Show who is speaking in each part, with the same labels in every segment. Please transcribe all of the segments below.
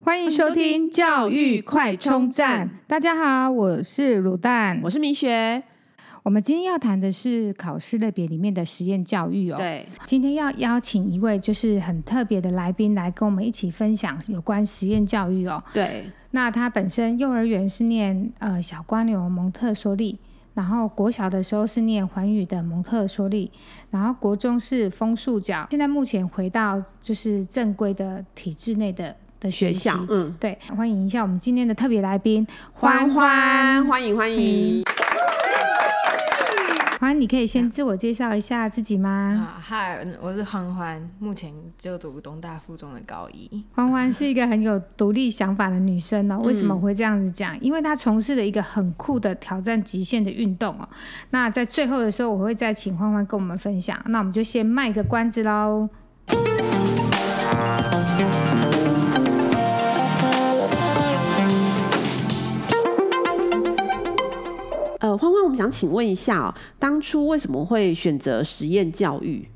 Speaker 1: 欢迎收听教育快充站。大家好，我是卤蛋。
Speaker 2: 我是明学，
Speaker 1: 我们今天要谈的是考试类别里面的实验教育哦。
Speaker 2: 对，
Speaker 1: 今天要邀请一位就是很特别的来宾来跟我们一起分享有关实验教育哦。
Speaker 2: 对，
Speaker 1: 那他本身幼儿园是念呃小瓜牛蒙特梭利，然后国小的时候是念环宇的蒙特梭利，然后国中是枫树角，现在目前回到就是正规的体制内的的学习。
Speaker 2: 嗯，
Speaker 1: 对，欢迎一下我们今天的特别来宾
Speaker 2: 欢欢，，欢迎欢
Speaker 1: 嗯
Speaker 2: 迎，
Speaker 1: 欢，你可以先自我介绍一下自己吗？
Speaker 3: 啊，嗨，我是欢欢，目前就读东大附中的高一。
Speaker 1: 欢欢是一个很有独立想法的女生哦。为什么我会这样子讲？因为她从事了一个很酷的挑战极限的运动哦。那在最后的时候，我会再请欢欢跟我们分享。那我们就先卖个关子喽。
Speaker 2: 呃，欢欢，我们想请问一下哦，当初为什么会选择实验教育？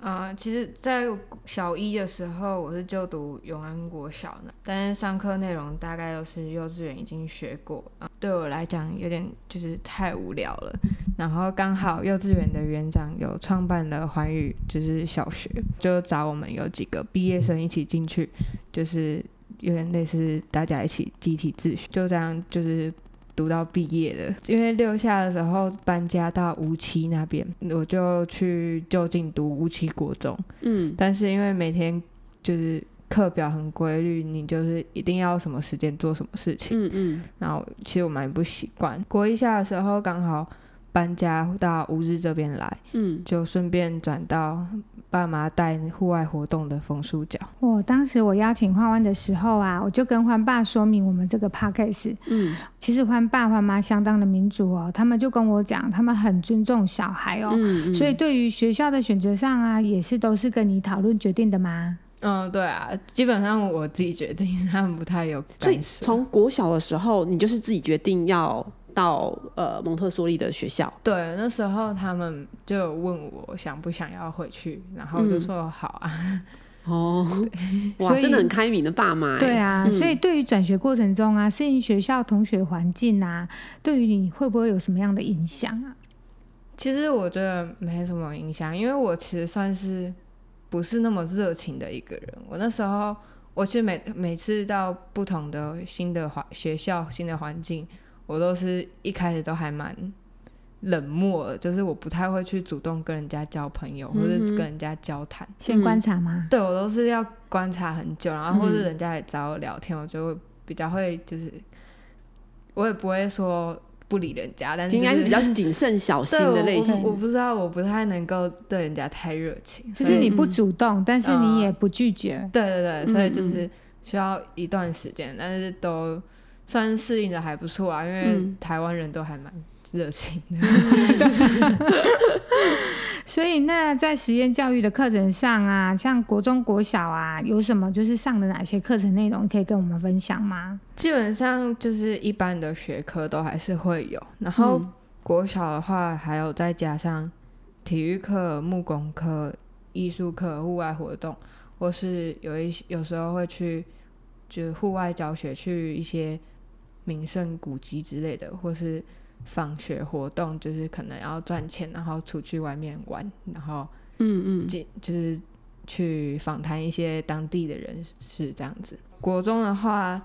Speaker 3: 呃，其实，在小一的时候，我是就读永安国小呢，但是上课内容大概都是幼稚园已经学过，呃对我来讲有点就是太无聊了。然后刚好幼稚园的园长有创办了环宇，就是小学，就找我们有几个毕业生一起进去，就是有点类似大家一起集体自学，就这样就是读到毕业了，因为六下的时候搬家到无锡那边，我就去就近读无锡国中。
Speaker 2: 嗯，
Speaker 3: 但是因为每天就是课表很规律，你就是一定要什么时间做什么事情。
Speaker 2: 嗯嗯，
Speaker 3: 然后其实我蛮不习惯。国一下的时候刚好搬家到乌日这边来，
Speaker 2: 嗯，
Speaker 3: 就顺便转到爸妈带户外活动的枫树角。
Speaker 1: 我哦当时我邀请欢欢的时候啊，我就跟欢爸说明我们这个 podcast，
Speaker 2: 嗯，
Speaker 1: 其实欢爸欢妈相当的民主哦，他们就跟我讲，他们很尊重小孩哦，
Speaker 2: 嗯，
Speaker 1: 所以对于学校的选择上啊，也是都是跟你讨论决定的吗？
Speaker 3: 嗯，对啊，基本上我自己决定，他们不太有
Speaker 2: 所以
Speaker 3: 干涉。
Speaker 2: 从国小的时候，你就是自己决定要到呃蒙特梭利的学校。
Speaker 3: 对，那时候他们就有问我想不想要回去，然后我就说好啊。
Speaker 2: 哦， 哇，
Speaker 1: 所以
Speaker 2: 真的很开明的爸妈。
Speaker 1: 对
Speaker 2: 啊，
Speaker 1: 啊，所以对于转学过程中啊，适应学校同学环境啊，对于你会不会有什么样的影响啊？
Speaker 3: 其实我觉得没什么影响，因为我其实算是不是那么热情的一个人。我那时候，我其实每每次到不同的新的环学校、新的环境，我都是一开始都还蛮冷漠的，就是我不太会去主动跟人家交朋友，或
Speaker 2: 嗯
Speaker 3: 者是跟人家交谈。
Speaker 1: 先观察吗？
Speaker 3: 对我都是要观察很久，然后或
Speaker 2: 嗯
Speaker 3: 是人家来找我聊天，我就会比较会就是，我也不会说不理人家，但是、
Speaker 2: 应
Speaker 3: 就
Speaker 2: 该是
Speaker 3: 是
Speaker 2: 比较谨慎小心
Speaker 3: 对我
Speaker 2: 的 类型。
Speaker 3: 我我不知道，我不太能够对人家太热情，
Speaker 1: 就
Speaker 3: 所
Speaker 1: 是
Speaker 3: 以啊
Speaker 1: 你不主动，但是你也不拒绝。
Speaker 3: 对对对，所以
Speaker 2: 嗯
Speaker 3: 就是需要一段时间，但是都算适应的还不错啊，因为
Speaker 2: 嗯
Speaker 3: 台湾人都还蛮热情的。
Speaker 1: 所以那在实验教育的课程上啊，像国中、国小啊，有什么就是上的哪些课程内容可以跟我们分享吗？
Speaker 3: 基本上就是一般的学科都还是会有，然后国小的话还有再加上体育课、木工课、艺术课、户外活动，或是有一些有时候会去就是户外教学，去一些名胜古迹之类的，或是访学活动，就是可能要赚钱，然后出去外面玩，然后
Speaker 2: 嗯嗯
Speaker 3: 进就是去访谈一些当地的人士这样子。国中的话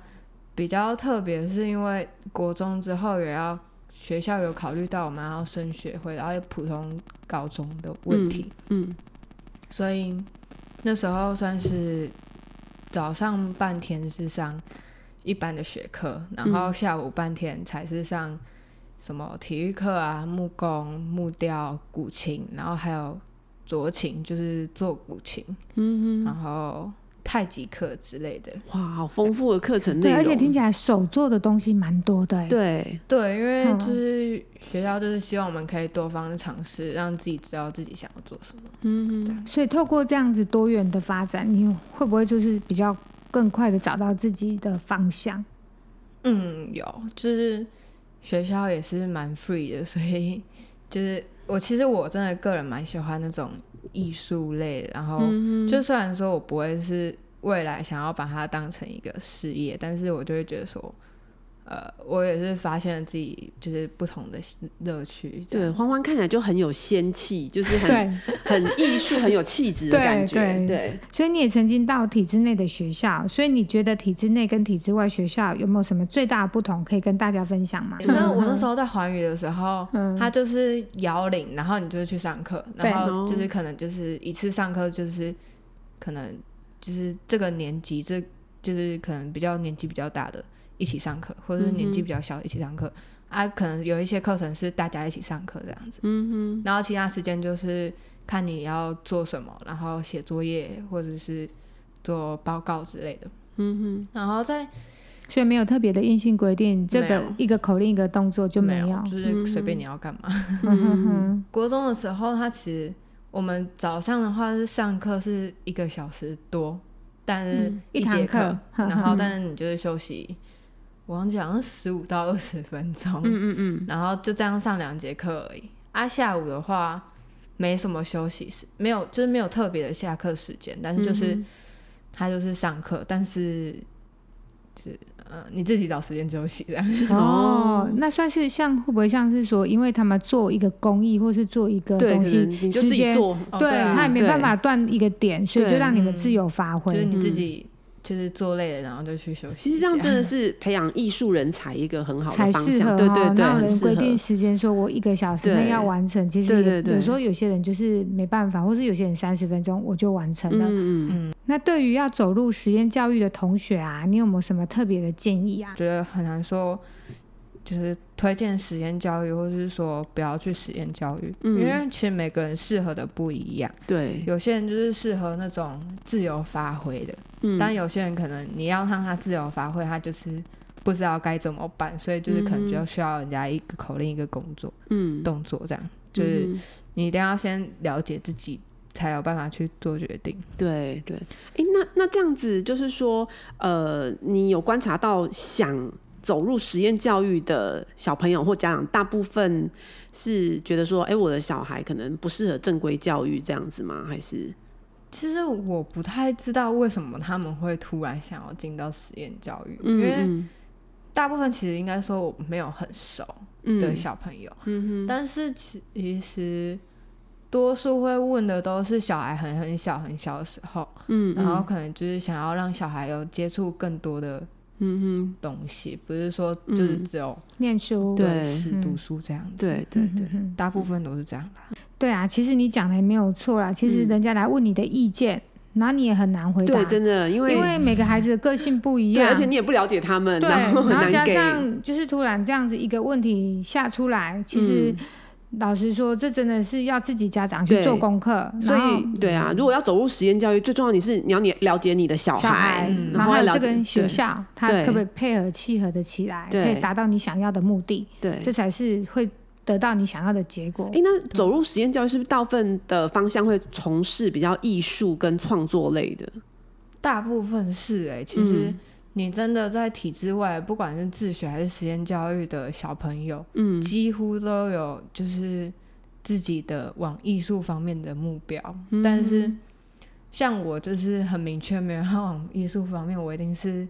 Speaker 3: 比较特别，是因为国中之后也要学校有考虑到我们要升学会，然后有普通高中的问题，
Speaker 2: 嗯，
Speaker 3: 所以那时候算是早上半天是上一般的学科，然后下午半天才是上什么体育课啊、木工、木雕、古琴，然后还有酌琴，就是做古琴，嗯然后太极课之类的。
Speaker 2: 哇，好丰富的课程内
Speaker 1: 对，
Speaker 2: 容。
Speaker 1: 而且听起来手做的东西蛮多的、欸。
Speaker 2: 对，
Speaker 3: 对，因为
Speaker 1: 嗯
Speaker 3: 就是学校就是希望我们可以多方尝试，让自己知道自己想要做什么。
Speaker 2: 嗯
Speaker 1: 所以透过这样子多元的发展，你会不会就是比较更快的找到自己的方向？
Speaker 3: 嗯，有，就是学校也是蛮 free 的，所 以就是我其实我真的个人蛮喜欢那种艺术类的，然后就虽然说我不会是未来想要把它当成一个事业，但是我就会觉得说，呃，我也是发现了自己就是不同的乐趣。这
Speaker 2: 对，
Speaker 3: 样，
Speaker 2: 欢欢看起来就很有仙气，就是很
Speaker 1: 对，
Speaker 2: 很艺术、很有气质的
Speaker 1: 对
Speaker 2: 感觉。
Speaker 1: 对
Speaker 2: 对，
Speaker 1: 所以你也曾经到体制内的学校，所以你觉得体制内跟体制外学校有没有什么最大的不同，可以跟大家分享吗？
Speaker 3: 那我那时候在环宇的时候，
Speaker 1: 嗯
Speaker 3: 它就是摇铃，然后你就是去上课，
Speaker 1: 对
Speaker 3: 然后就是可能就是一次上课就是可能就是这个年级这就是可能比较年纪比较大的一起上课，或者是年纪比较小的一起上课、啊，可能有一些课程是大家一起上课这样子，嗯哼，然后其他时间就是看你要做什么，然后写作业或者是做报告之类的，嗯哼，然后在
Speaker 1: 所以没有特别的硬性规定，这
Speaker 3: 没
Speaker 1: 个
Speaker 3: 有
Speaker 1: 一个口令一个动作就没
Speaker 3: 有
Speaker 1: 有。
Speaker 3: 就是随便你要干嘛。
Speaker 1: 嗯哼哼，
Speaker 3: 国中的时候，他其实我们早上的话是上课是一个小时多，但 是
Speaker 1: 嗯一堂
Speaker 3: 节
Speaker 1: 课
Speaker 3: 课，
Speaker 1: 呵呵
Speaker 3: 然后但是你就是休息，我忘记好像十五到二十分钟，
Speaker 2: 嗯嗯嗯，
Speaker 3: 然后就这样上两节课而已。啊，下午的话没什么休息时，没有就是没有特别的下课时间，但是就是、
Speaker 1: 嗯
Speaker 3: 他就是上课，但是就是呃你自己找时间休息这样。
Speaker 1: 哦，那算是像会不会像是说，因为他们做一个公益或是做一个
Speaker 2: 对，
Speaker 1: 东
Speaker 2: 可
Speaker 1: 西
Speaker 2: 能，你
Speaker 1: 时
Speaker 2: 就自己
Speaker 1: 间
Speaker 2: 做，
Speaker 3: 哦
Speaker 1: 对
Speaker 3: 对啊
Speaker 1: 他也没
Speaker 2: 对
Speaker 1: 办法断一个点，所以就
Speaker 2: 对
Speaker 1: 让你们
Speaker 3: 嗯
Speaker 1: 自由发挥。
Speaker 3: 就是你自己就是做累了，然后就去休息一下。
Speaker 2: 其实这样真的是培养艺术人才一个很好
Speaker 1: 才
Speaker 2: 的方
Speaker 1: 适合
Speaker 2: 向，
Speaker 1: 哦
Speaker 2: 对对对，
Speaker 1: 那有
Speaker 2: 很
Speaker 1: 人
Speaker 2: 适
Speaker 1: 规
Speaker 2: 合。
Speaker 1: 定时间，说我一个小时内
Speaker 2: 对
Speaker 1: 要完成。其实
Speaker 2: 对
Speaker 1: 也
Speaker 2: 对对
Speaker 1: 有时候有些人就是没办法，或是有些人三十分钟我就完成了。
Speaker 2: 嗯嗯，
Speaker 1: 那对于要走入实验教育的同学啊，你有没有什么特别的建议啊？
Speaker 3: 觉得很难说，就是推荐实验教育，或者是说不要去实验教育，
Speaker 2: 嗯
Speaker 3: 因为其实每个人适合的不一样。
Speaker 2: 对，
Speaker 3: 有些人就是适合那种自由发挥的，
Speaker 2: 嗯
Speaker 3: 但有些人可能你要让他自由发挥，他就是不知道该怎么办，所以就是可能就需要人家一个口令一个工作
Speaker 2: 嗯，
Speaker 3: 动作这样，就是
Speaker 2: 嗯
Speaker 3: 你一定要先了解自己，才有办法去做决定。
Speaker 2: 对对。哎，那那这样子就是说，呃，你有观察到想走入实验教育的小朋友或家长，大部分是觉得说，哎，我的小孩可能不适合正规教育这样子吗？还是
Speaker 3: 其实我不太知道为什么他们会突然想要进到实验教育，
Speaker 2: 嗯
Speaker 3: 因为
Speaker 2: 嗯
Speaker 3: 大部分其实应该说我没有很熟
Speaker 2: 嗯
Speaker 3: 的小朋友，
Speaker 2: 嗯
Speaker 3: 但是其实多数会问的都是小孩很很小很小的时候，
Speaker 2: 哼嗯，
Speaker 3: 然后可能就是想要让小孩有接触更多的
Speaker 2: 嗯哼，
Speaker 3: 东西，不是说就是只有
Speaker 1: 念书，
Speaker 2: 嗯对嗯
Speaker 3: 是读书这样子，
Speaker 2: 对对对，
Speaker 1: 嗯
Speaker 3: 大部分都是这样的。
Speaker 1: 对啊，其实你讲的也没有错啦。其实人家来问你的意见，然后你也很难回答，
Speaker 2: 嗯对，真的，因为
Speaker 1: 因为每个孩子的个性不一
Speaker 2: 对，
Speaker 1: 样，
Speaker 2: 而且你也不了解他们，
Speaker 1: 对，
Speaker 2: 后很
Speaker 1: 然后
Speaker 2: 难
Speaker 1: 加
Speaker 2: 给。
Speaker 1: 上就是突然这样子一个问题下出来，其实老实说，这真的是要自己家长去
Speaker 2: 嗯对
Speaker 1: 做功课，
Speaker 2: 所
Speaker 1: 然后
Speaker 2: 以，对啊，如果要走入实验教育，最重要你是你要你了解你的小
Speaker 1: 小孩，然
Speaker 3: 嗯
Speaker 2: 然
Speaker 1: 后
Speaker 2: 后
Speaker 1: 还
Speaker 2: 要
Speaker 1: 有
Speaker 2: 了
Speaker 1: 这
Speaker 2: 解
Speaker 1: 个学校，它
Speaker 2: 对
Speaker 1: 可不可以配合契合的起来，
Speaker 2: 对
Speaker 1: 可以达到你想要的目的，
Speaker 2: 对。对
Speaker 1: 这才是会得到你想要的结果
Speaker 2: 哎、。那走入实验教育是不是大部分的方向会从事比较艺术跟创作类的？
Speaker 3: 大部分是哎、其实
Speaker 2: 嗯
Speaker 3: 你真的在体制外，不管是自学还是实验教育的小朋友，
Speaker 2: 嗯
Speaker 3: 几乎都有就是自己的往艺术方面的目标。
Speaker 2: 嗯
Speaker 3: 但是像我就是很明确，没有要往艺术方面，我一定是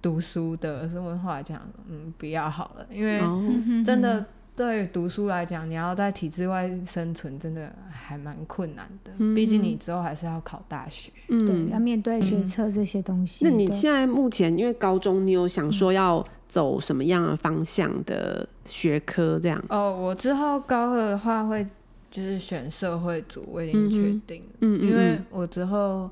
Speaker 3: 读书的。所以我后来讲，嗯，不要好了，因为
Speaker 2: 哦，
Speaker 1: 嗯
Speaker 3: 真的对于读书来讲，你要在体制外生存，真的还蛮困难的。毕竟你之后还是要考大学。
Speaker 1: 对，要
Speaker 2: 嗯，
Speaker 1: 面对学测这些东西。
Speaker 2: 那你
Speaker 1: 对
Speaker 2: 现在目前因为高中，你有想说要走什么样的方向的学科？这样，
Speaker 3: 哦，我之后高二的话会就是选社会组，我已经确定了，
Speaker 2: 嗯，嗯
Speaker 3: 因为
Speaker 2: 嗯
Speaker 3: 我之后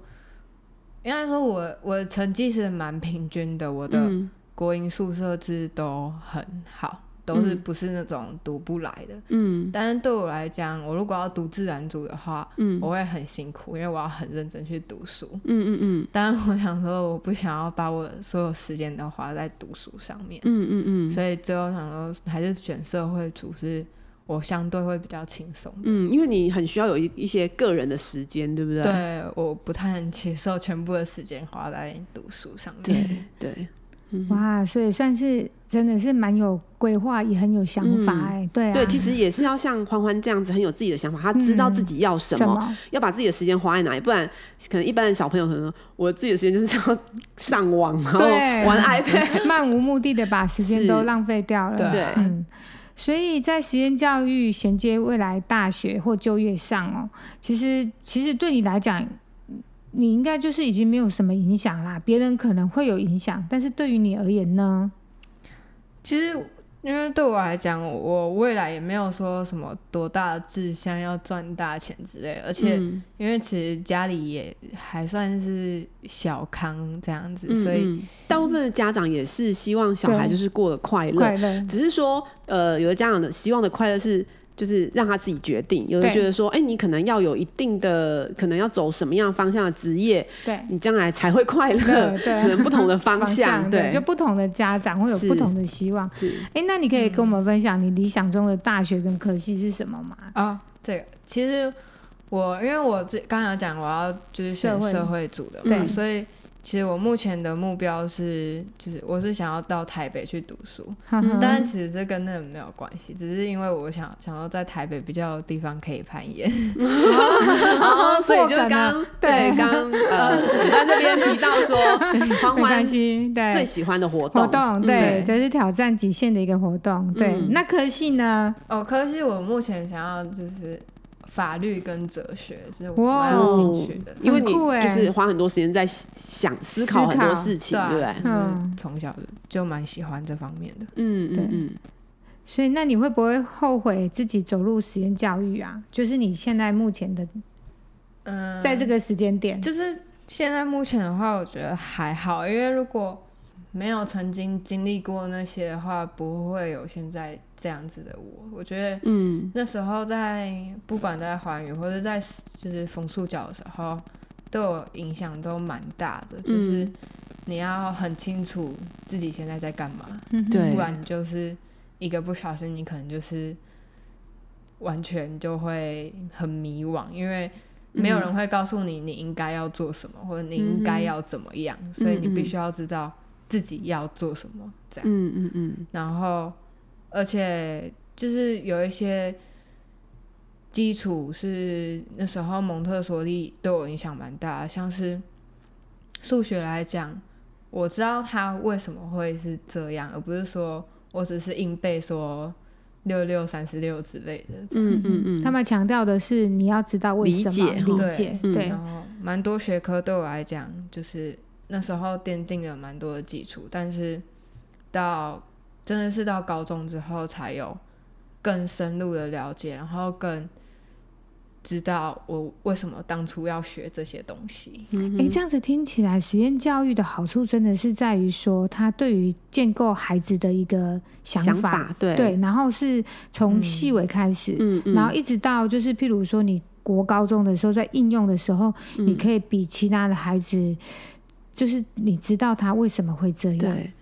Speaker 3: 应该说我我成绩是蛮平均的，我的
Speaker 2: 嗯
Speaker 3: 国营宿设置都很好，都是
Speaker 2: 嗯
Speaker 3: 不是那种读不来的。
Speaker 2: 嗯
Speaker 3: 但是对我来讲，我如果要读自然组的话，
Speaker 2: 嗯
Speaker 3: 我会很辛苦，因为我要很认真去读书。
Speaker 2: 嗯嗯嗯
Speaker 3: 但我想说，我不想要把我所有时间都花在读书上面。
Speaker 2: 嗯嗯嗯，
Speaker 3: 所以最后想说还是选社会组是我相对会比较轻松的。
Speaker 2: 嗯，因为你很需要有一一些个人的时间，对不对？
Speaker 3: 对，我不太能接受全部的时间花在读书上面。
Speaker 2: 对对，
Speaker 1: 哇，所以算是真的是蛮有规划，也很有想法
Speaker 2: 嗯
Speaker 1: 哎、对啊，
Speaker 2: 对，其实也是要像欢欢这样子很有自己的想法，他知道自己要什
Speaker 1: 什
Speaker 2: 么，
Speaker 1: 么？
Speaker 2: 要把自己的时间花在哪里，不然可能一般的小朋友可能我自己的时间就是要上网，然后
Speaker 1: 对
Speaker 2: 玩 iPad，
Speaker 1: 漫无目的的把时间
Speaker 2: 是
Speaker 1: 都浪费掉了。
Speaker 4: 对
Speaker 2: 对
Speaker 1: 嗯，所以在实验教育衔接未来大学或就业上哦，其实其实对你来讲，你应该就是已经没有什么影响啦。别人可能会有影响，但是对于你而言呢？
Speaker 3: 其实，因为对我来讲，我未来也没有说什么多大的志向要赚大钱之类，而且
Speaker 2: 嗯
Speaker 3: 因为其实家里也还算是小康这样子，
Speaker 2: 嗯
Speaker 3: 所以
Speaker 2: 嗯大部分的家长也是希望小孩
Speaker 1: 对
Speaker 2: 就是过得快乐
Speaker 1: 快，乐，
Speaker 2: 只是说呃，有的家长的希望的快乐是。就是让他自己决定，有的
Speaker 1: 对
Speaker 2: 觉得说，哎、你可能要有一定的，可能要走什么样方向的职业，
Speaker 1: 对。
Speaker 2: 你将来才会快乐，
Speaker 1: 对对
Speaker 2: 可能不同的 方向，
Speaker 1: 对，
Speaker 2: 对，
Speaker 1: 就不同的家长会有
Speaker 2: 是嗯
Speaker 1: 不同的希望。
Speaker 2: 是
Speaker 1: 哎，那你可以跟我们分享你理想中的大学跟科系是什么吗？
Speaker 3: 啊、这个其实我因为我这刚才有讲我要就是选
Speaker 1: 社会
Speaker 3: 社会组的嘛，
Speaker 1: 对
Speaker 3: 所以其实我目前的目标是就是我是想要到台北去读书，
Speaker 1: 哈
Speaker 2: 嗯
Speaker 1: 哈
Speaker 3: 但其实这跟那个没有关系，只是因为我想想要在台北比较有地方可以攀岩。
Speaker 2: 哦，所以就是
Speaker 1: 过梗啊
Speaker 2: 刚对刚 呃，你在那边提到说欢
Speaker 1: 没
Speaker 2: 欢
Speaker 1: 关系，对，
Speaker 2: 最喜欢的活动，
Speaker 1: 哎活动，对，
Speaker 3: 对
Speaker 1: 这是挑战极限的一个活动。对，
Speaker 2: 嗯
Speaker 1: 那科系呢？
Speaker 3: 哦，可惜我目前想要就是法律跟哲学是我
Speaker 1: 哇
Speaker 3: 蛮有兴趣的，
Speaker 2: 因为你
Speaker 1: 很酷欸
Speaker 2: 就是花很多时间在想思考很多事情，对不
Speaker 3: 对
Speaker 2: 对
Speaker 3: 啊，？就是
Speaker 1: 嗯
Speaker 3: 从小就蛮喜欢这方面的。
Speaker 2: 嗯嗯嗯，
Speaker 1: 所以，那你会不会后悔自己走入实验教育啊？就是你现在目前的，
Speaker 2: 呃
Speaker 3: 嗯，
Speaker 1: 在这个时间点，
Speaker 3: 就是现在目前的话，我觉得还好，因为如果没有曾经经历过那些的话，不会有现在这样子的我。我觉得，嗯，那时候在不管在环宇或者在就是冯素角的时候，对我影响都蛮大的，就是你要很清楚自己现在在干嘛，
Speaker 1: 嗯哼
Speaker 2: 对
Speaker 3: 不然你就是一个不小心，你可能就是完全就会很迷惘，因为没有人会告诉你你应该要做什么，或者你应该要怎么样，所以你必须要知道自己要做什么，这样。
Speaker 2: 嗯嗯嗯，
Speaker 3: 然后，而且就是有一些基础是那时候蒙特梭利对我影响蛮大的，像是数学来讲，我知道它为什么会是这样，而不是说我只是硬背说六六三十六之类的。
Speaker 2: 嗯嗯嗯，
Speaker 1: 他们强调的是你要知道为什么
Speaker 2: 理解
Speaker 1: 理
Speaker 3: 对
Speaker 1: 解，
Speaker 2: 嗯
Speaker 1: 对
Speaker 3: 然，后蛮多学科对我来讲，就是那时候奠定了蛮多的基础，但是到真的是到高中之后才有更深入的了解，然后更知道我为什么当初要学这些东西。
Speaker 2: 嗯
Speaker 1: 诶，这样子听起来，实验教育的好处真的是在于说，它对于建构孩子的一个想
Speaker 2: 想法对
Speaker 1: 对，，然后是从细微开始，
Speaker 2: 嗯嗯，
Speaker 1: 然后一直到就是，譬如说你国高中的时候，在应用的时候，
Speaker 2: 嗯
Speaker 1: 你可以比其他的孩子，就是你知道他为什么会这样。
Speaker 2: 对，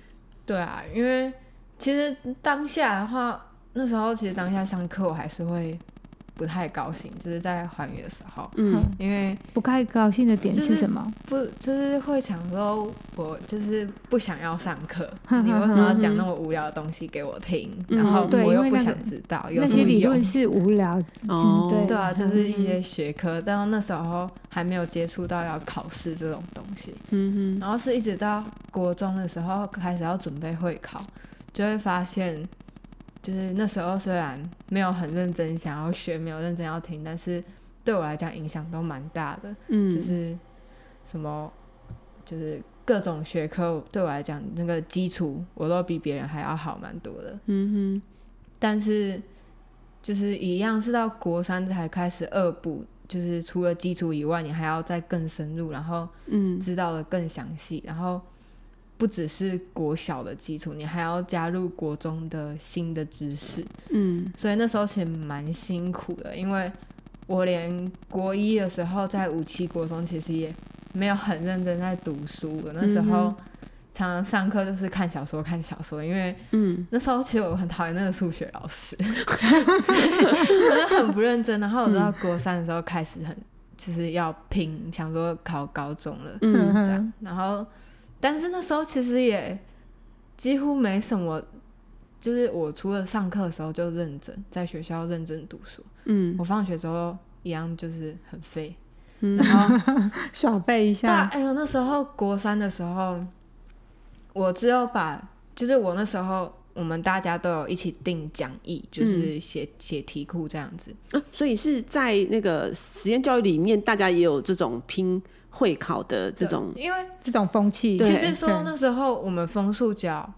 Speaker 3: 对啊，因为其实当下的话，那时候其实当下上课我还是会不太高兴，就是在还原的时候，
Speaker 2: 嗯
Speaker 3: 因为
Speaker 1: 不太高兴的点是什么？
Speaker 3: 不就是会想说，我就是不想要上课，
Speaker 1: 哼嗯
Speaker 3: 你为什
Speaker 1: 哼
Speaker 3: 么要讲
Speaker 2: 哼
Speaker 3: 那么无聊的东西给我听？
Speaker 2: 嗯
Speaker 3: 然后
Speaker 1: 对
Speaker 3: 我
Speaker 1: 因
Speaker 3: 又
Speaker 1: 为
Speaker 3: 不
Speaker 1: 那
Speaker 3: 想
Speaker 1: 个
Speaker 3: 知道，有
Speaker 1: 那
Speaker 3: 什
Speaker 1: 些
Speaker 3: 么
Speaker 1: 理
Speaker 3: 用
Speaker 1: 论嗯是无聊，
Speaker 2: 哦，
Speaker 1: 嗯对
Speaker 3: 对啊，就是一些学科，但那时候还没有接触到要考试这种东西，
Speaker 2: 嗯
Speaker 3: 然后是一直到国中的时候开始要准备会考，就会发现，就是那时候虽然没有很认真想要学，没有认真要听，但是对我来讲影响都蛮大的。
Speaker 2: 嗯，
Speaker 3: 就是什么，就是各种学科对我来讲，那个基础我都比别人还要好蛮多的。
Speaker 2: 嗯
Speaker 3: 但是就是一样是到国三才开始恶补，就是除了基础以外，你还要再更深入，然后
Speaker 2: 哼嗯
Speaker 3: 知道的更详细，然后。不只是国小的基础，你还要加入国中的新的知识，
Speaker 2: 嗯
Speaker 3: 所以那时候其实蛮辛苦的，因为我连国一的时候在五期国中其实也没有很认真在读书，我那时候
Speaker 2: 嗯
Speaker 3: 常常上课就是看小说看小说，因为
Speaker 2: 嗯
Speaker 3: 那时候其实我很讨厌那个数学 老师， 我就很不认真。然后我
Speaker 2: 嗯
Speaker 3: 到国三的时候开始很就是要拼，想说考高中了，
Speaker 2: 嗯
Speaker 3: 这样。然后，但是那时候其实也几乎没什么，就是我除了上课的时候就认真，在学校认真读书，
Speaker 2: 嗯
Speaker 3: 我放学之后一样就是很废。然后
Speaker 1: 耍废一
Speaker 3: 对
Speaker 1: 下，，
Speaker 3: 啊哎呦，那时候国三的时候，我只有把，就是我那时候我们大家都有一起定讲义，
Speaker 2: 嗯
Speaker 3: 就是写写、题库这样子。
Speaker 2: 啊，所以是在那个实验教育里面，大家也有这种拼会考的这种
Speaker 3: 因为
Speaker 1: 这种风气，
Speaker 2: 对
Speaker 3: 其实说
Speaker 1: 对
Speaker 3: 那时候我们分数角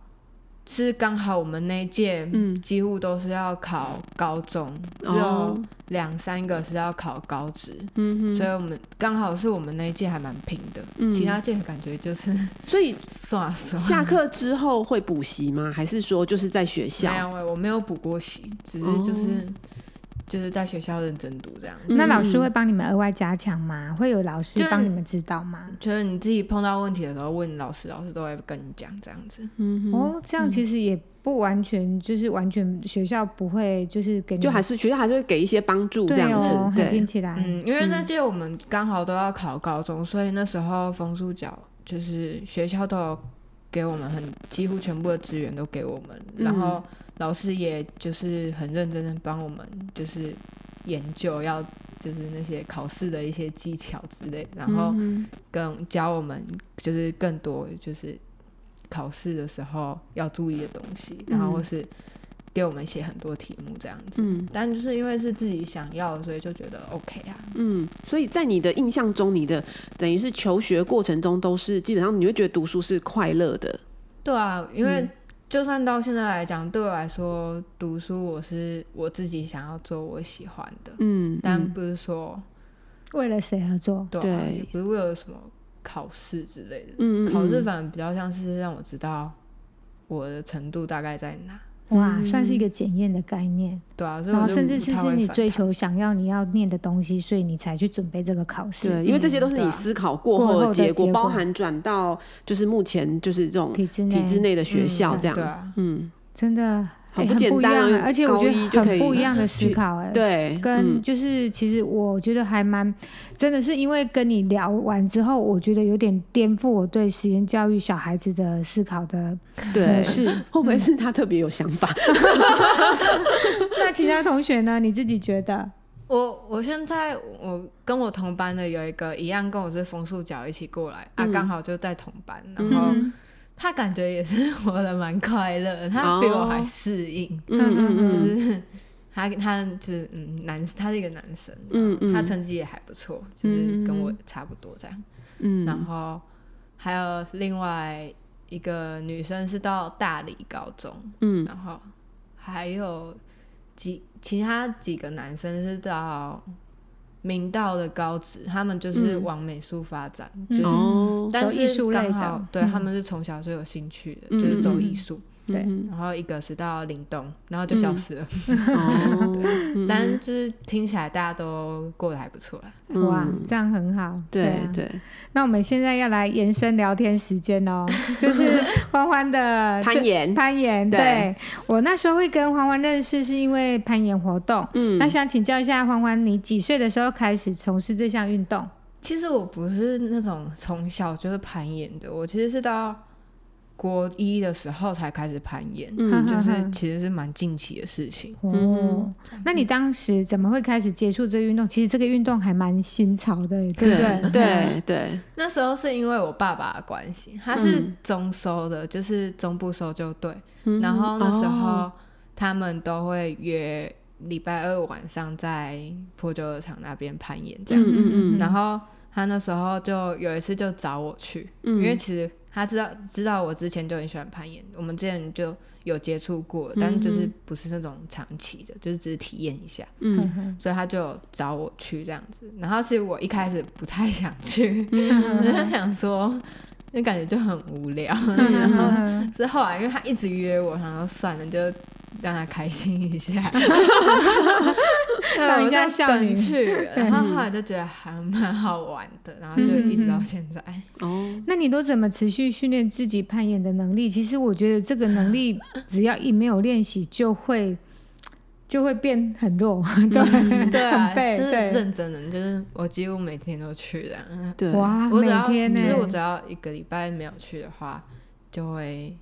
Speaker 3: 是刚好我们那一届
Speaker 2: 嗯
Speaker 3: 几乎都是要考高中，只有
Speaker 2: 哦
Speaker 3: 两三个是要考高职，
Speaker 2: 嗯哼
Speaker 3: 所以我们刚好是我们那一届还蛮平的，
Speaker 2: 嗯
Speaker 3: 其他届感觉就是
Speaker 2: 所以
Speaker 3: 算 啊算啊。
Speaker 2: 下课之后会补习吗？还是说就是在学校
Speaker 3: 没？有欸，我没有补过习，只是
Speaker 2: 哦
Speaker 3: 就是、就是在学校认真读这样子。
Speaker 1: 那老师
Speaker 2: 嗯嗯
Speaker 1: 会帮你们额外加强吗？会有老师
Speaker 3: 就
Speaker 1: 帮你们指导吗？
Speaker 3: 就是你自己碰到问题的时候问老师，老师都会跟你讲这样子。
Speaker 2: 嗯哼，
Speaker 1: 哦，这样其实也不完全就是完全学校不会就是给你
Speaker 2: 就还
Speaker 1: 是
Speaker 2: 是学校还是会给一些帮助这
Speaker 1: 对
Speaker 2: 样子
Speaker 1: 哦，，还
Speaker 2: 对
Speaker 1: 听，起来
Speaker 3: 嗯，因为那届我们刚好都要考高中，所以那时候枫树角就是学校都有给我们很几乎全部的资源都给我们，
Speaker 2: 嗯
Speaker 3: 然后老师也就是很认真的帮我们就是研究要就是那些考试的一些技巧之类，然后
Speaker 1: 嗯
Speaker 2: 嗯
Speaker 3: 更教我们就是更多就是考试的时候要注意的东西，然后或是给我们写很多题目这样子。
Speaker 2: 嗯
Speaker 3: 但就是因为是自己想要的，所以就觉得 OK 啊。
Speaker 2: 嗯，所以在你的印象中，你的等于是求学过程中都是基本上你会觉得读书是快乐的，
Speaker 3: 对啊，因为就算到现在来讲，对我来说，读书我是我自己想要做我喜欢的，
Speaker 2: 嗯，
Speaker 3: 但不是说
Speaker 1: 为了谁而做？
Speaker 3: 对,、啊、
Speaker 2: 对
Speaker 3: 也不是为了什么考试之类的。
Speaker 2: 嗯嗯
Speaker 3: 考试
Speaker 2: 嗯
Speaker 3: 反而比较像是让我知道我的程度大概在哪。
Speaker 2: 嗯
Speaker 1: 哇，算是一个检验的概念，
Speaker 3: 对啊，所以
Speaker 1: 然
Speaker 3: 我
Speaker 1: 后
Speaker 3: 就
Speaker 1: 甚至
Speaker 3: 不
Speaker 1: 是
Speaker 3: 太
Speaker 1: 是
Speaker 3: 会
Speaker 1: 你
Speaker 3: 反
Speaker 1: 追
Speaker 3: 弹
Speaker 1: 求想要你要念的东西，所以你才去准备这个考试。
Speaker 2: 对，因为这些都是
Speaker 1: 嗯对
Speaker 2: 你
Speaker 1: 啊
Speaker 2: 思考过
Speaker 1: 过
Speaker 2: 后
Speaker 1: 后
Speaker 2: 的
Speaker 1: 的
Speaker 2: 结
Speaker 1: 结
Speaker 2: 果，
Speaker 1: 果
Speaker 2: 包含转到就是目前就是这种
Speaker 1: 体制内
Speaker 2: 体制内的学
Speaker 3: 嗯
Speaker 2: 校这
Speaker 3: 对
Speaker 2: 样，
Speaker 3: 啊，
Speaker 2: 嗯，
Speaker 1: 真的
Speaker 2: 好
Speaker 1: 哎
Speaker 2: 不
Speaker 1: 很
Speaker 2: 简
Speaker 1: 一
Speaker 2: 单啊
Speaker 1: 样
Speaker 2: 因
Speaker 1: 啊
Speaker 2: 为
Speaker 1: 而且我觉
Speaker 2: 高一
Speaker 1: 得
Speaker 2: 就可
Speaker 1: 很
Speaker 2: 以
Speaker 1: 不一样的思
Speaker 2: 去
Speaker 1: 考哎。
Speaker 2: 对，
Speaker 1: 跟
Speaker 2: 嗯
Speaker 1: 就是，其实我觉得还蛮，真的是因为跟你聊完之后，我觉得有点颠覆我对实验教育小孩子的思考的 模
Speaker 2: 对，
Speaker 1: 式。
Speaker 2: 会不会是他特别有想法？
Speaker 1: 那其他同学呢？你自己觉得？
Speaker 3: 我我现在我跟我同班的有一个一样跟我是枫树角一起过来、啊，
Speaker 2: 嗯
Speaker 3: 刚好就在同班，然后
Speaker 1: 嗯
Speaker 3: 他感觉也是活得蛮快乐的，他比我
Speaker 2: 哦
Speaker 3: 还适应，
Speaker 2: 嗯嗯
Speaker 3: 就
Speaker 2: 嗯
Speaker 3: 是他他就是嗯男，他是一个男生，
Speaker 2: 嗯嗯
Speaker 3: 他成绩也还不错，就是跟我差不多这样。
Speaker 2: 嗯，
Speaker 3: 然后还有另外一个女生是到大理高中，
Speaker 2: 嗯
Speaker 3: 然后还有几其他几个男生是到明道的高职，他们就是
Speaker 2: 嗯
Speaker 3: 往美术发展，
Speaker 1: 嗯
Speaker 3: 就是
Speaker 2: 哦，
Speaker 3: 但
Speaker 1: 走艺
Speaker 3: 是
Speaker 1: 术类
Speaker 3: 刚好
Speaker 1: 的
Speaker 3: 对、
Speaker 1: 嗯
Speaker 3: 他们是从小就有兴趣的，
Speaker 2: 嗯
Speaker 3: 就是走艺术。
Speaker 1: 对
Speaker 2: 嗯
Speaker 3: 然后一个是到岭东，然后就消失了。
Speaker 2: 哦，嗯
Speaker 3: 但就是听起来大家都过得还不错啦。
Speaker 2: 嗯
Speaker 1: 哇，这样很好。
Speaker 2: 对
Speaker 1: 啊
Speaker 2: 对，
Speaker 1: 那我们现在要来延伸聊天时间 哦，就是欢欢
Speaker 3: 呃
Speaker 1: 的
Speaker 2: 攀岩，
Speaker 1: 攀岩。
Speaker 2: 对
Speaker 1: 对我那时候会跟欢欢认识，是因为攀岩活动。
Speaker 2: 嗯
Speaker 1: 那想请教一下欢欢，你几岁的时候开始从事这项运动？
Speaker 3: 其实我不是那种从小就是攀岩的，我其实是到国一的时候才开始攀岩，
Speaker 1: 哈
Speaker 2: 嗯
Speaker 1: 哈
Speaker 3: 就
Speaker 1: 哈
Speaker 3: 是其实是蛮近期的事情。
Speaker 1: 哦，那你当时怎么会开始接触这个运动？其实这个运动还蛮新潮的，对不对？
Speaker 2: 对对，
Speaker 3: 那时候是因为我爸爸的关系，他是
Speaker 2: 嗯
Speaker 3: 中收的，就是中部搜救队，
Speaker 2: 嗯
Speaker 3: 然后那时
Speaker 2: 哦
Speaker 3: 候他们都会约礼拜二晚上在破旧二厂那边攀岩这样。
Speaker 2: 嗯嗯嗯
Speaker 3: 然后他那时候就有一次就找我去，
Speaker 2: 嗯
Speaker 3: 因为其实他知道知道我之前就很喜欢攀岩，我们之前就有接触过，但就是不是那种长期的，就是只是体验一下，
Speaker 2: 嗯
Speaker 1: 嗯
Speaker 3: 所以他就找我去这样子。然后其实我一开始不太想去，
Speaker 1: 嗯
Speaker 3: 我就想说。那感觉就很无聊，然 后
Speaker 2: 嗯
Speaker 3: 是后来因为他一直约我，然后算了，就让他开心一下，
Speaker 1: 当一
Speaker 3: 我
Speaker 1: 下
Speaker 3: 就
Speaker 1: 少
Speaker 3: 跟
Speaker 1: 女
Speaker 3: 去了，然后后来就觉得还蛮好玩的，然后就一直到现在。
Speaker 2: 哦，
Speaker 1: 那你都怎么持续训练自己攀岩的能力？其实我觉得这个能 力只要一没有练习，就会就会变很弱。
Speaker 3: 嗯
Speaker 1: 对，
Speaker 3: 对啊，
Speaker 1: 很背
Speaker 3: 就是
Speaker 1: 对
Speaker 3: 认真的，就是我几乎每天都去的。嗯
Speaker 2: 对，
Speaker 1: 哇，
Speaker 3: 我只
Speaker 1: 每
Speaker 3: 要
Speaker 1: 天呢
Speaker 3: 就是我只要一个礼拜没有去的话，就会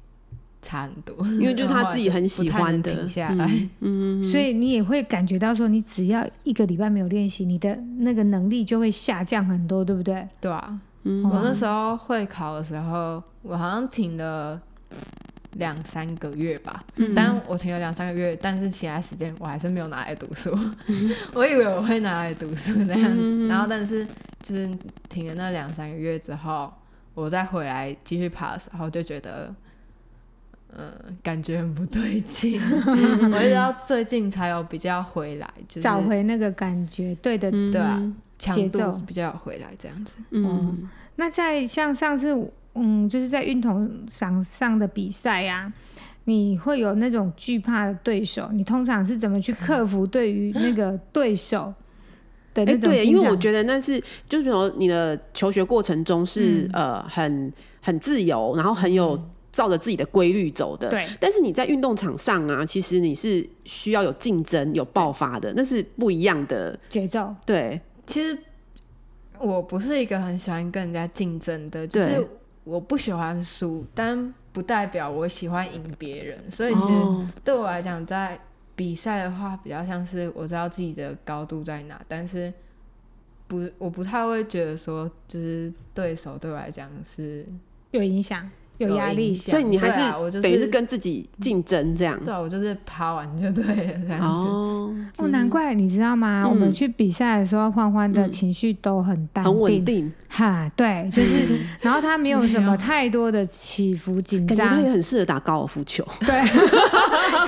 Speaker 3: 差很多，
Speaker 2: 因为就是他自己很喜欢的
Speaker 3: 不太能停下来。
Speaker 2: 嗯，嗯
Speaker 1: 所以你也会感觉到说，你只要一个礼拜没有练习，你的那个能力就会下降很多，对不对？
Speaker 3: 对啊，
Speaker 2: 嗯
Speaker 3: 我那时候会考的时候，我好像停了两三个月吧，
Speaker 2: 嗯
Speaker 3: 但我停了两三个月，但是其他时间我还是没有拿来读书。
Speaker 1: 嗯
Speaker 3: 我以为我会拿来读书那样子，然后但是就是停了那两三个月之后，我再回来继续爬的时候，就觉得。嗯，感觉很不 对劲，我一直到最近才有比较回来，就是
Speaker 1: 找回那个感觉，对的。
Speaker 2: 嗯
Speaker 3: 对啊哦强
Speaker 1: 节
Speaker 3: 度
Speaker 1: 奏
Speaker 3: 比较有回来这样子。
Speaker 2: 嗯
Speaker 1: 那在像上次，嗯，就是在运动场上的比赛啊，你会有那种惧怕的对手，你通常是怎么去克服对于那个对手的
Speaker 2: 哎、
Speaker 1: 那种
Speaker 2: 对，
Speaker 1: 心
Speaker 2: 因
Speaker 1: 脏？
Speaker 2: 为我觉得那是，就是比如你的求学过程中是、
Speaker 3: 嗯
Speaker 2: 呃很很自由，然后很有照着自己的规律走的。
Speaker 1: 对
Speaker 2: 但是你在运动场上啊，其实你是需要有竞争、有爆发的，那是不一样的。
Speaker 1: 节奏，
Speaker 2: 对，
Speaker 3: 其实我不是一个很喜欢跟人家竞争的，就
Speaker 2: 对
Speaker 3: 是我不喜欢输，但不代表我喜欢赢别人。所以其实
Speaker 2: 哦
Speaker 3: 对我来讲，在比赛的话，比较像是我知道自己的高度在哪，但是不，我不太会觉得说，就是对手对我来讲是
Speaker 1: 有影响，有压
Speaker 3: 影
Speaker 1: 力。哦
Speaker 3: 响
Speaker 2: 所以你还
Speaker 3: 对
Speaker 2: 是、
Speaker 3: 啊我就是
Speaker 2: 等于是跟自己竞争这样。
Speaker 3: 对啊啊，我就是爬完就对了这样子。
Speaker 2: 哦，
Speaker 1: 哦，难怪你知道吗？我们去比赛的时候，欢欢的情绪都很淡定，
Speaker 2: 嗯很稳定，
Speaker 1: 哈，对， 就是，然后他没有什么太多的起伏紧
Speaker 2: 感觉
Speaker 1: 张
Speaker 2: 他，也很适合打高尔夫球，
Speaker 1: 对，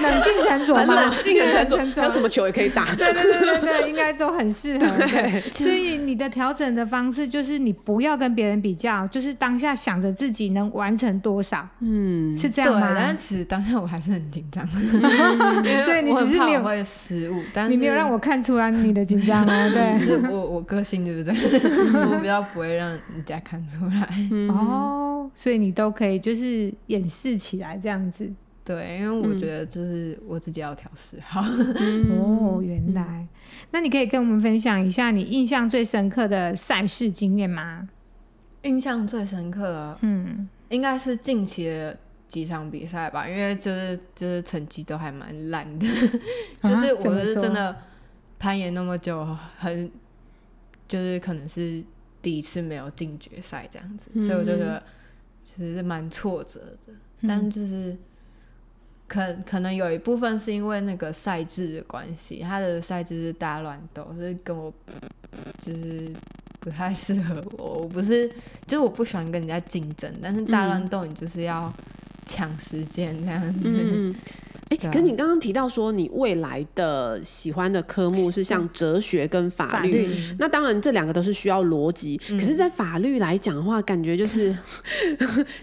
Speaker 1: 冷静沉
Speaker 2: 啊
Speaker 1: 着嘛，
Speaker 2: 还有什么球也可以打。
Speaker 1: 对对对对对，应该都很适合。对，所以你的调整的方式就是你不要跟别人比较，就是当下想着自己能完成多少，
Speaker 2: 嗯，
Speaker 1: 是这
Speaker 3: 对，
Speaker 1: 样吗？
Speaker 3: 但是其实当下我还是很紧张，
Speaker 1: 所以你
Speaker 3: 我很
Speaker 1: 只是
Speaker 3: 怕
Speaker 1: 没
Speaker 3: 我
Speaker 1: 有，
Speaker 3: 会失误，但是嗯
Speaker 1: 你没有让我看出来你的紧张哦，
Speaker 3: 就
Speaker 1: 对。
Speaker 3: 是我我个性就是这 样，我比较不会让人家看出来。
Speaker 1: 哦，所以你都可以就是掩饰起来这样子。
Speaker 3: 对，因为我觉得就是我自己要调试好。嗯
Speaker 1: 哦，原来。那你可以跟我们分享一下你印象最深刻的赛事经验吗？
Speaker 3: 印象最深刻的
Speaker 1: 嗯，
Speaker 3: 应该是近期的几场比赛吧，因为就是就是成绩都还蛮烂的，就是
Speaker 1: 啊怎
Speaker 3: 我
Speaker 1: 么
Speaker 3: 是
Speaker 1: 说
Speaker 3: 真的攀岩那么久，很就是可能是第一次没有进决赛这样子，所以我
Speaker 1: 嗯
Speaker 3: 就觉得其实是蛮挫折的。但就是可可能有一部分是因为那个赛制的关系，他的赛制是大乱斗，就是跟我就是不太适合我。我不是，就是我不喜欢跟人家竞争，但是
Speaker 1: 嗯
Speaker 3: 大乱斗你就是要抢时间这样子。
Speaker 2: 嗯，哎、
Speaker 3: 对啊
Speaker 2: 可你刚刚提到说，你未来的喜欢的科目是像哲学跟法
Speaker 1: 法
Speaker 2: 律。
Speaker 1: 律
Speaker 2: 那当然，这两个都是需要逻辑。
Speaker 3: 嗯
Speaker 2: 可是，在法律来讲的话，感觉就是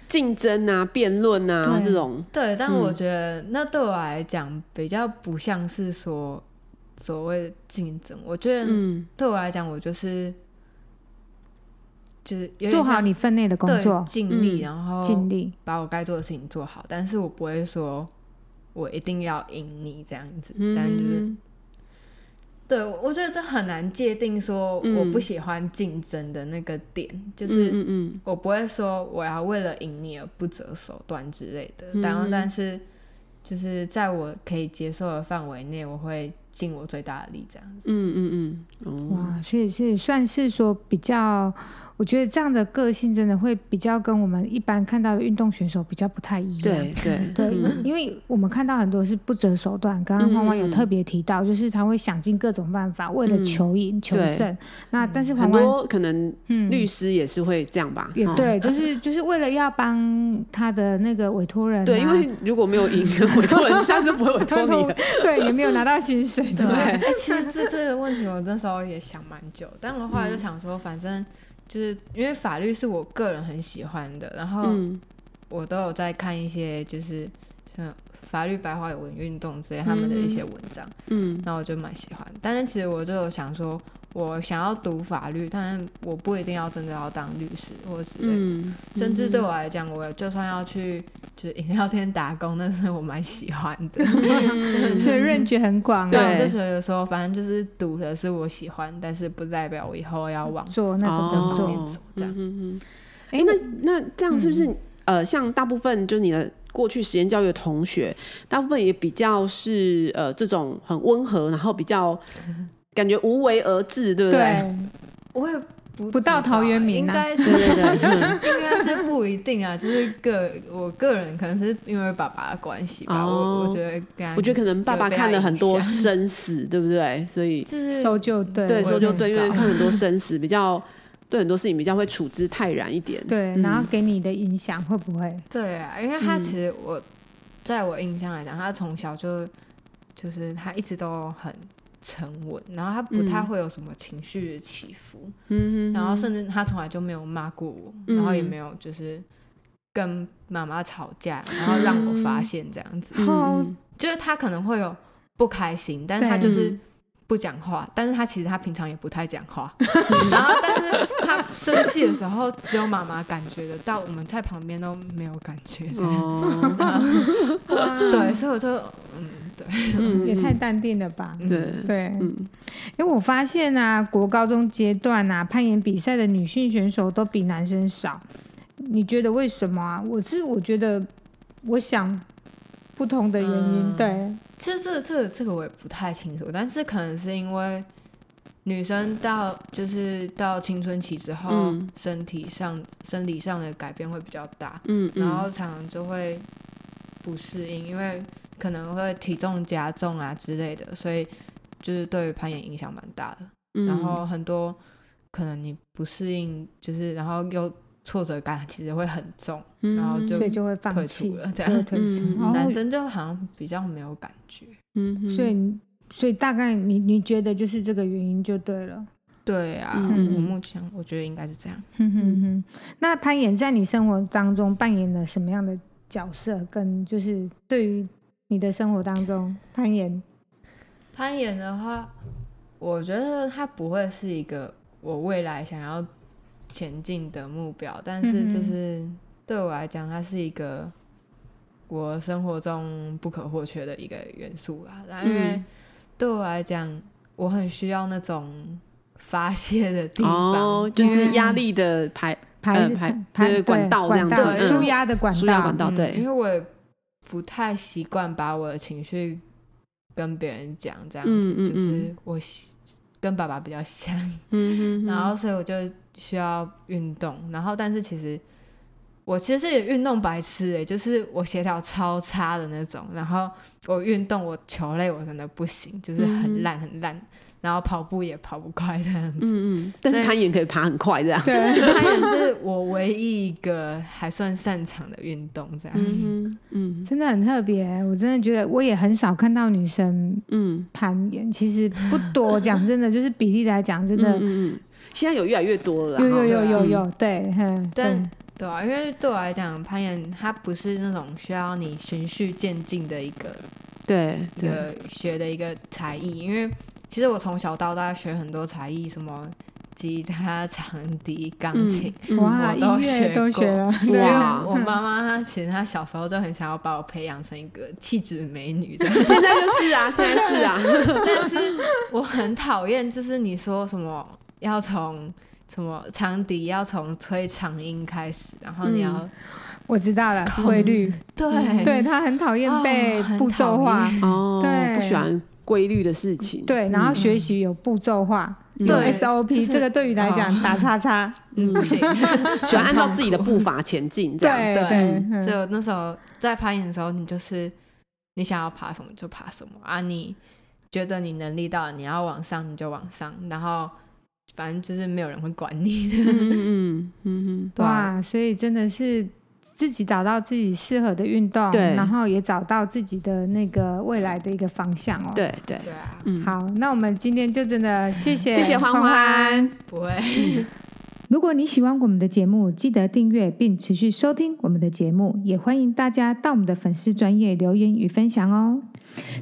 Speaker 2: 竞争啊、辩论啊
Speaker 1: 对
Speaker 2: 这种。
Speaker 3: 对，但
Speaker 1: 嗯
Speaker 3: 我觉得那对我来讲比较不像是说所谓的竞争。我觉得
Speaker 2: 嗯，
Speaker 3: 对我来讲，我就是就是有点
Speaker 1: 做好
Speaker 3: 像
Speaker 1: 你分内的工
Speaker 3: 对
Speaker 1: 作，
Speaker 3: 尽力，
Speaker 2: 嗯
Speaker 3: 然后
Speaker 1: 尽力。
Speaker 3: 把我该做的事情做好，但是我不会说我一定要赢你这样子，但就是
Speaker 2: 嗯
Speaker 3: 对我觉得这很难界定说
Speaker 2: 嗯
Speaker 3: 我不喜欢竞争的那个点，就是
Speaker 2: 嗯嗯
Speaker 3: 我不会说我要为了赢你而不择手段之类的，
Speaker 2: 嗯
Speaker 3: 然后但是就是在我可以接受的范围内，我会尽我最大的力这样子。
Speaker 2: 嗯嗯嗯，哦，
Speaker 1: 哇，所以是算是说比较，我觉得这样的个性真的会比较跟我们一般看到的运动选手比较不太一样。
Speaker 2: 对对
Speaker 1: 对，
Speaker 2: 嗯
Speaker 1: 因为我们看到很多是不择手段，刚刚欢欢有特别提到，就是他会想尽各种办法，为了求赢、求
Speaker 2: 嗯对
Speaker 1: 胜。那但是
Speaker 2: 很
Speaker 1: 欢欢，
Speaker 2: 多可能
Speaker 1: 嗯，
Speaker 2: 律师也是会这样吧？
Speaker 1: 也
Speaker 2: 哦
Speaker 1: 对，就是就是为了要帮他的那个委托人、啊，
Speaker 2: 对，因为如果没有赢， 委托人下次不会委托你啊了。
Speaker 1: 对也没有拿到薪 水， 对
Speaker 3: 对，哎、 其实这这个问题我那时候也想蛮久，但我后来
Speaker 2: 嗯
Speaker 3: 就想说，反正就是因为法律是我个人很喜欢的，然后
Speaker 2: 嗯
Speaker 3: 我都有在看一些就是像法律白话文运动之类他们的一些文章，
Speaker 2: 嗯
Speaker 3: 那、我就蛮喜欢。但是其实我就有想说，我想要读法律，但是我不一定要真的要当律师或之类的
Speaker 2: 嗯，
Speaker 3: 甚至对我来讲，我就算要去就是饮料店打工，那是我蛮喜欢的。
Speaker 1: 所以润觉很广、啊，
Speaker 3: 对，我
Speaker 2: 对
Speaker 3: 就觉得说，反正就是读的是我喜欢，但是不代表我以后要往
Speaker 1: 做那个
Speaker 3: 这
Speaker 1: 工
Speaker 3: 方
Speaker 1: 作。
Speaker 3: 面走，这样。
Speaker 2: 哦嗯嗯嗯
Speaker 1: 哎
Speaker 2: 哎、那那这样是不是、呃，像大部分就你的过去实验教育的同学，大部分也比较是呃这种很温和，然后比较感觉无为而治，对不对？
Speaker 1: 对，
Speaker 3: 我也不
Speaker 1: 不到
Speaker 3: 知道
Speaker 1: 陶渊
Speaker 3: 欸
Speaker 1: 明
Speaker 3: 应
Speaker 1: 啊
Speaker 3: 该是
Speaker 2: 对对对嗯
Speaker 3: 应该是不一定啊，就是个我个人可能是因为爸爸的关系吧，
Speaker 2: 哦
Speaker 3: 我我觉得跟他
Speaker 2: 我觉得可能爸爸
Speaker 3: 有被他
Speaker 2: 看了很多
Speaker 3: 影响
Speaker 2: 生死，对不对？所以
Speaker 3: 就是
Speaker 1: 搜救队，
Speaker 2: 对，
Speaker 1: 我
Speaker 2: 所
Speaker 1: 也
Speaker 2: 以就
Speaker 1: 不
Speaker 2: 对，因
Speaker 1: 知
Speaker 2: 为
Speaker 1: 道
Speaker 2: 看 很多生死，比较对很多事情比较会处之泰然一点。
Speaker 3: 嗯
Speaker 1: 对，然后给你的影响会不会？
Speaker 3: 对啊，因为他
Speaker 2: 嗯
Speaker 3: 其实我、在我印象来讲，他从小就就是他一直都很沉稳，然后他不太
Speaker 2: 嗯
Speaker 3: 会有什么情绪的起伏，
Speaker 2: 嗯，嗯嗯
Speaker 3: 然后甚至他从来就没有骂过我，然后也没有就是跟妈妈吵架，然后让我发现这样子，
Speaker 2: 嗯嗯
Speaker 3: 就是他可能会有不开心，但是他就是
Speaker 2: 嗯。
Speaker 3: 不讲话，但是他其实他平常也不太讲话， 然后但是他生气的时候，只有妈妈感觉得到，我们在旁边都没有感 觉这样。
Speaker 2: 哦，
Speaker 3: 对，所以我就嗯，对，
Speaker 2: 嗯
Speaker 1: 也太淡定了吧？
Speaker 3: 嗯
Speaker 2: 对，
Speaker 1: 对，
Speaker 2: 嗯，
Speaker 1: 因为我发现啊，国高中阶段啊，攀岩比赛的女性选手都比男生少。你觉得为什么啊？我是我觉得，我想不同的原因，
Speaker 3: 嗯
Speaker 1: 对，
Speaker 3: 其实这个这个这个我也不太清楚，但是可能是因为女生到就是到青春期之后，
Speaker 2: 嗯
Speaker 3: 身体上生理上的改变会比较大，
Speaker 2: 嗯，嗯
Speaker 3: 然后常常就会不适应，因为可能会体重加重啊之类的，所以就是对于攀岩影响蛮大的。
Speaker 2: 嗯
Speaker 1: 嗯
Speaker 3: 然后很多可能你不适应，就是然后又挫折感其实会很重，
Speaker 2: 嗯
Speaker 3: 然后就
Speaker 1: 所以就会放
Speaker 3: 退
Speaker 1: 弃
Speaker 3: 出，了这样
Speaker 1: 就。会退出。
Speaker 2: 嗯
Speaker 1: 哦
Speaker 3: 男生就好像比较没有感觉。
Speaker 2: 嗯嗯
Speaker 1: 所以你所以大概你你觉得就是这个原因就对了。
Speaker 3: 对啊，
Speaker 2: 嗯
Speaker 3: 我目前我觉得应该是这样。
Speaker 1: 嗯哼哼哼。那攀岩在你生活当中扮演了什么样的角色？跟就是对于你的生活当中攀岩，
Speaker 3: 攀岩的话，我觉得它不会是一个我未来想要前进的目标，但是
Speaker 1: 嗯哼
Speaker 3: 就是对我来讲，它是一个我生活中不可或缺的一个元素啦。然后因为
Speaker 2: 嗯
Speaker 3: 对我来讲，我很需要那种发泄的地方，嗯
Speaker 2: 哦，就是
Speaker 3: 因为
Speaker 2: 压力的排，
Speaker 1: 排
Speaker 2: 呃排
Speaker 1: 排
Speaker 2: 对
Speaker 1: 对
Speaker 2: 管道这样
Speaker 1: 管
Speaker 2: 子
Speaker 1: 道，
Speaker 3: 嗯
Speaker 1: 舒压的管
Speaker 2: 舒压
Speaker 1: 道，
Speaker 2: 管道
Speaker 3: 嗯
Speaker 2: 对
Speaker 3: 因为我也不太习惯把我的情绪跟别人讲，这样子、
Speaker 2: 嗯嗯
Speaker 3: 就是我喜跟爸爸比较像，
Speaker 2: 嗯嗯，
Speaker 3: 然后所以我就需要运动，然后但是其实我其实是运动白痴诶、就是我协调超差的那种，然后我运动我球类我真的不行，就是
Speaker 2: 嗯
Speaker 3: 很烂很烂，然后跑步也跑不快这样子。
Speaker 2: 嗯嗯，但
Speaker 3: 所
Speaker 2: 是
Speaker 3: 以
Speaker 2: 攀岩可以爬很快这样，
Speaker 1: 对，
Speaker 3: 攀岩是我唯一一个还算擅长的运动，这样。
Speaker 2: 嗯嗯
Speaker 1: 真的很特别。我真的觉得我也很少看到女生
Speaker 2: 嗯
Speaker 1: 攀岩，其实不多。讲真的，就是比例来讲，真
Speaker 2: 嗯
Speaker 1: 的
Speaker 2: 嗯，现在有越来越多了，
Speaker 1: 有有
Speaker 3: 对
Speaker 1: 有
Speaker 3: 啊
Speaker 1: 有有，对，哼，
Speaker 3: 但
Speaker 1: 对
Speaker 3: 对啊，因为对我来讲，攀岩它不是那种需要你循序渐进的一个
Speaker 2: 对嗯
Speaker 3: 一
Speaker 2: 对，
Speaker 3: 个学的一个才艺。因为其实我从小到大学很多才艺，什么吉他、长笛、钢琴。
Speaker 2: 嗯
Speaker 1: 哇，
Speaker 3: 我都
Speaker 1: 音乐
Speaker 3: 学
Speaker 1: 都学
Speaker 3: 过
Speaker 1: 了，
Speaker 3: 因为
Speaker 1: 对啊，
Speaker 3: 我妈妈她其实她小时候就很想要把我培养成一个气质美女 这样，
Speaker 2: 现在就是啊，现在是啊，
Speaker 3: 但是我很讨厌，就是你说什么要从什么长笛要从吹长音开始，然后你要、
Speaker 2: 嗯
Speaker 1: 我知道了，规律，
Speaker 3: 对
Speaker 1: 对他很讨厌
Speaker 3: 哦
Speaker 1: 被
Speaker 3: 很
Speaker 1: 步骤
Speaker 3: 讨
Speaker 1: 化，
Speaker 3: 厌
Speaker 2: 哦，
Speaker 1: 对
Speaker 2: 不喜欢规律的事情，
Speaker 1: 对，然后学习有步骤化，有
Speaker 2: 嗯
Speaker 3: 对
Speaker 1: SOP，
Speaker 3: 就是
Speaker 1: 这个对于来讲打叉叉，
Speaker 3: 嗯，不行，
Speaker 2: 喜欢按照自己的步伐前进这样，
Speaker 1: 对
Speaker 3: 对
Speaker 1: 对，
Speaker 3: 所以
Speaker 1: 嗯
Speaker 3: 我那时候在攀岩的时候，你就是你想要爬什么就爬什么啊，你觉得你能力到，你要往上你就往上，然后反正就是没有人会管你的。
Speaker 2: 嗯嗯嗯
Speaker 3: 对啊
Speaker 1: 哇，所以真的是。自己找到自己适合的运动，
Speaker 2: 对
Speaker 1: 然后也找到自己的那个未来的一个方向哦。
Speaker 2: 嗯，，对对，
Speaker 3: 对啊，
Speaker 2: 嗯，
Speaker 1: 好，那我们今天就真的谢谢
Speaker 2: 谢谢欢欢。
Speaker 3: 不会。
Speaker 1: 如果你喜欢我们的节目，记得订阅并持续收听我们的节目，也欢迎大家到我们的粉丝专业留言与分享哦。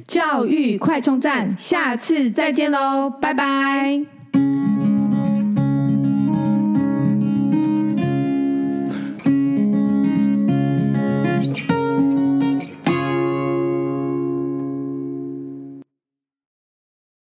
Speaker 1: 教育快充站，下次再见喽，拜拜。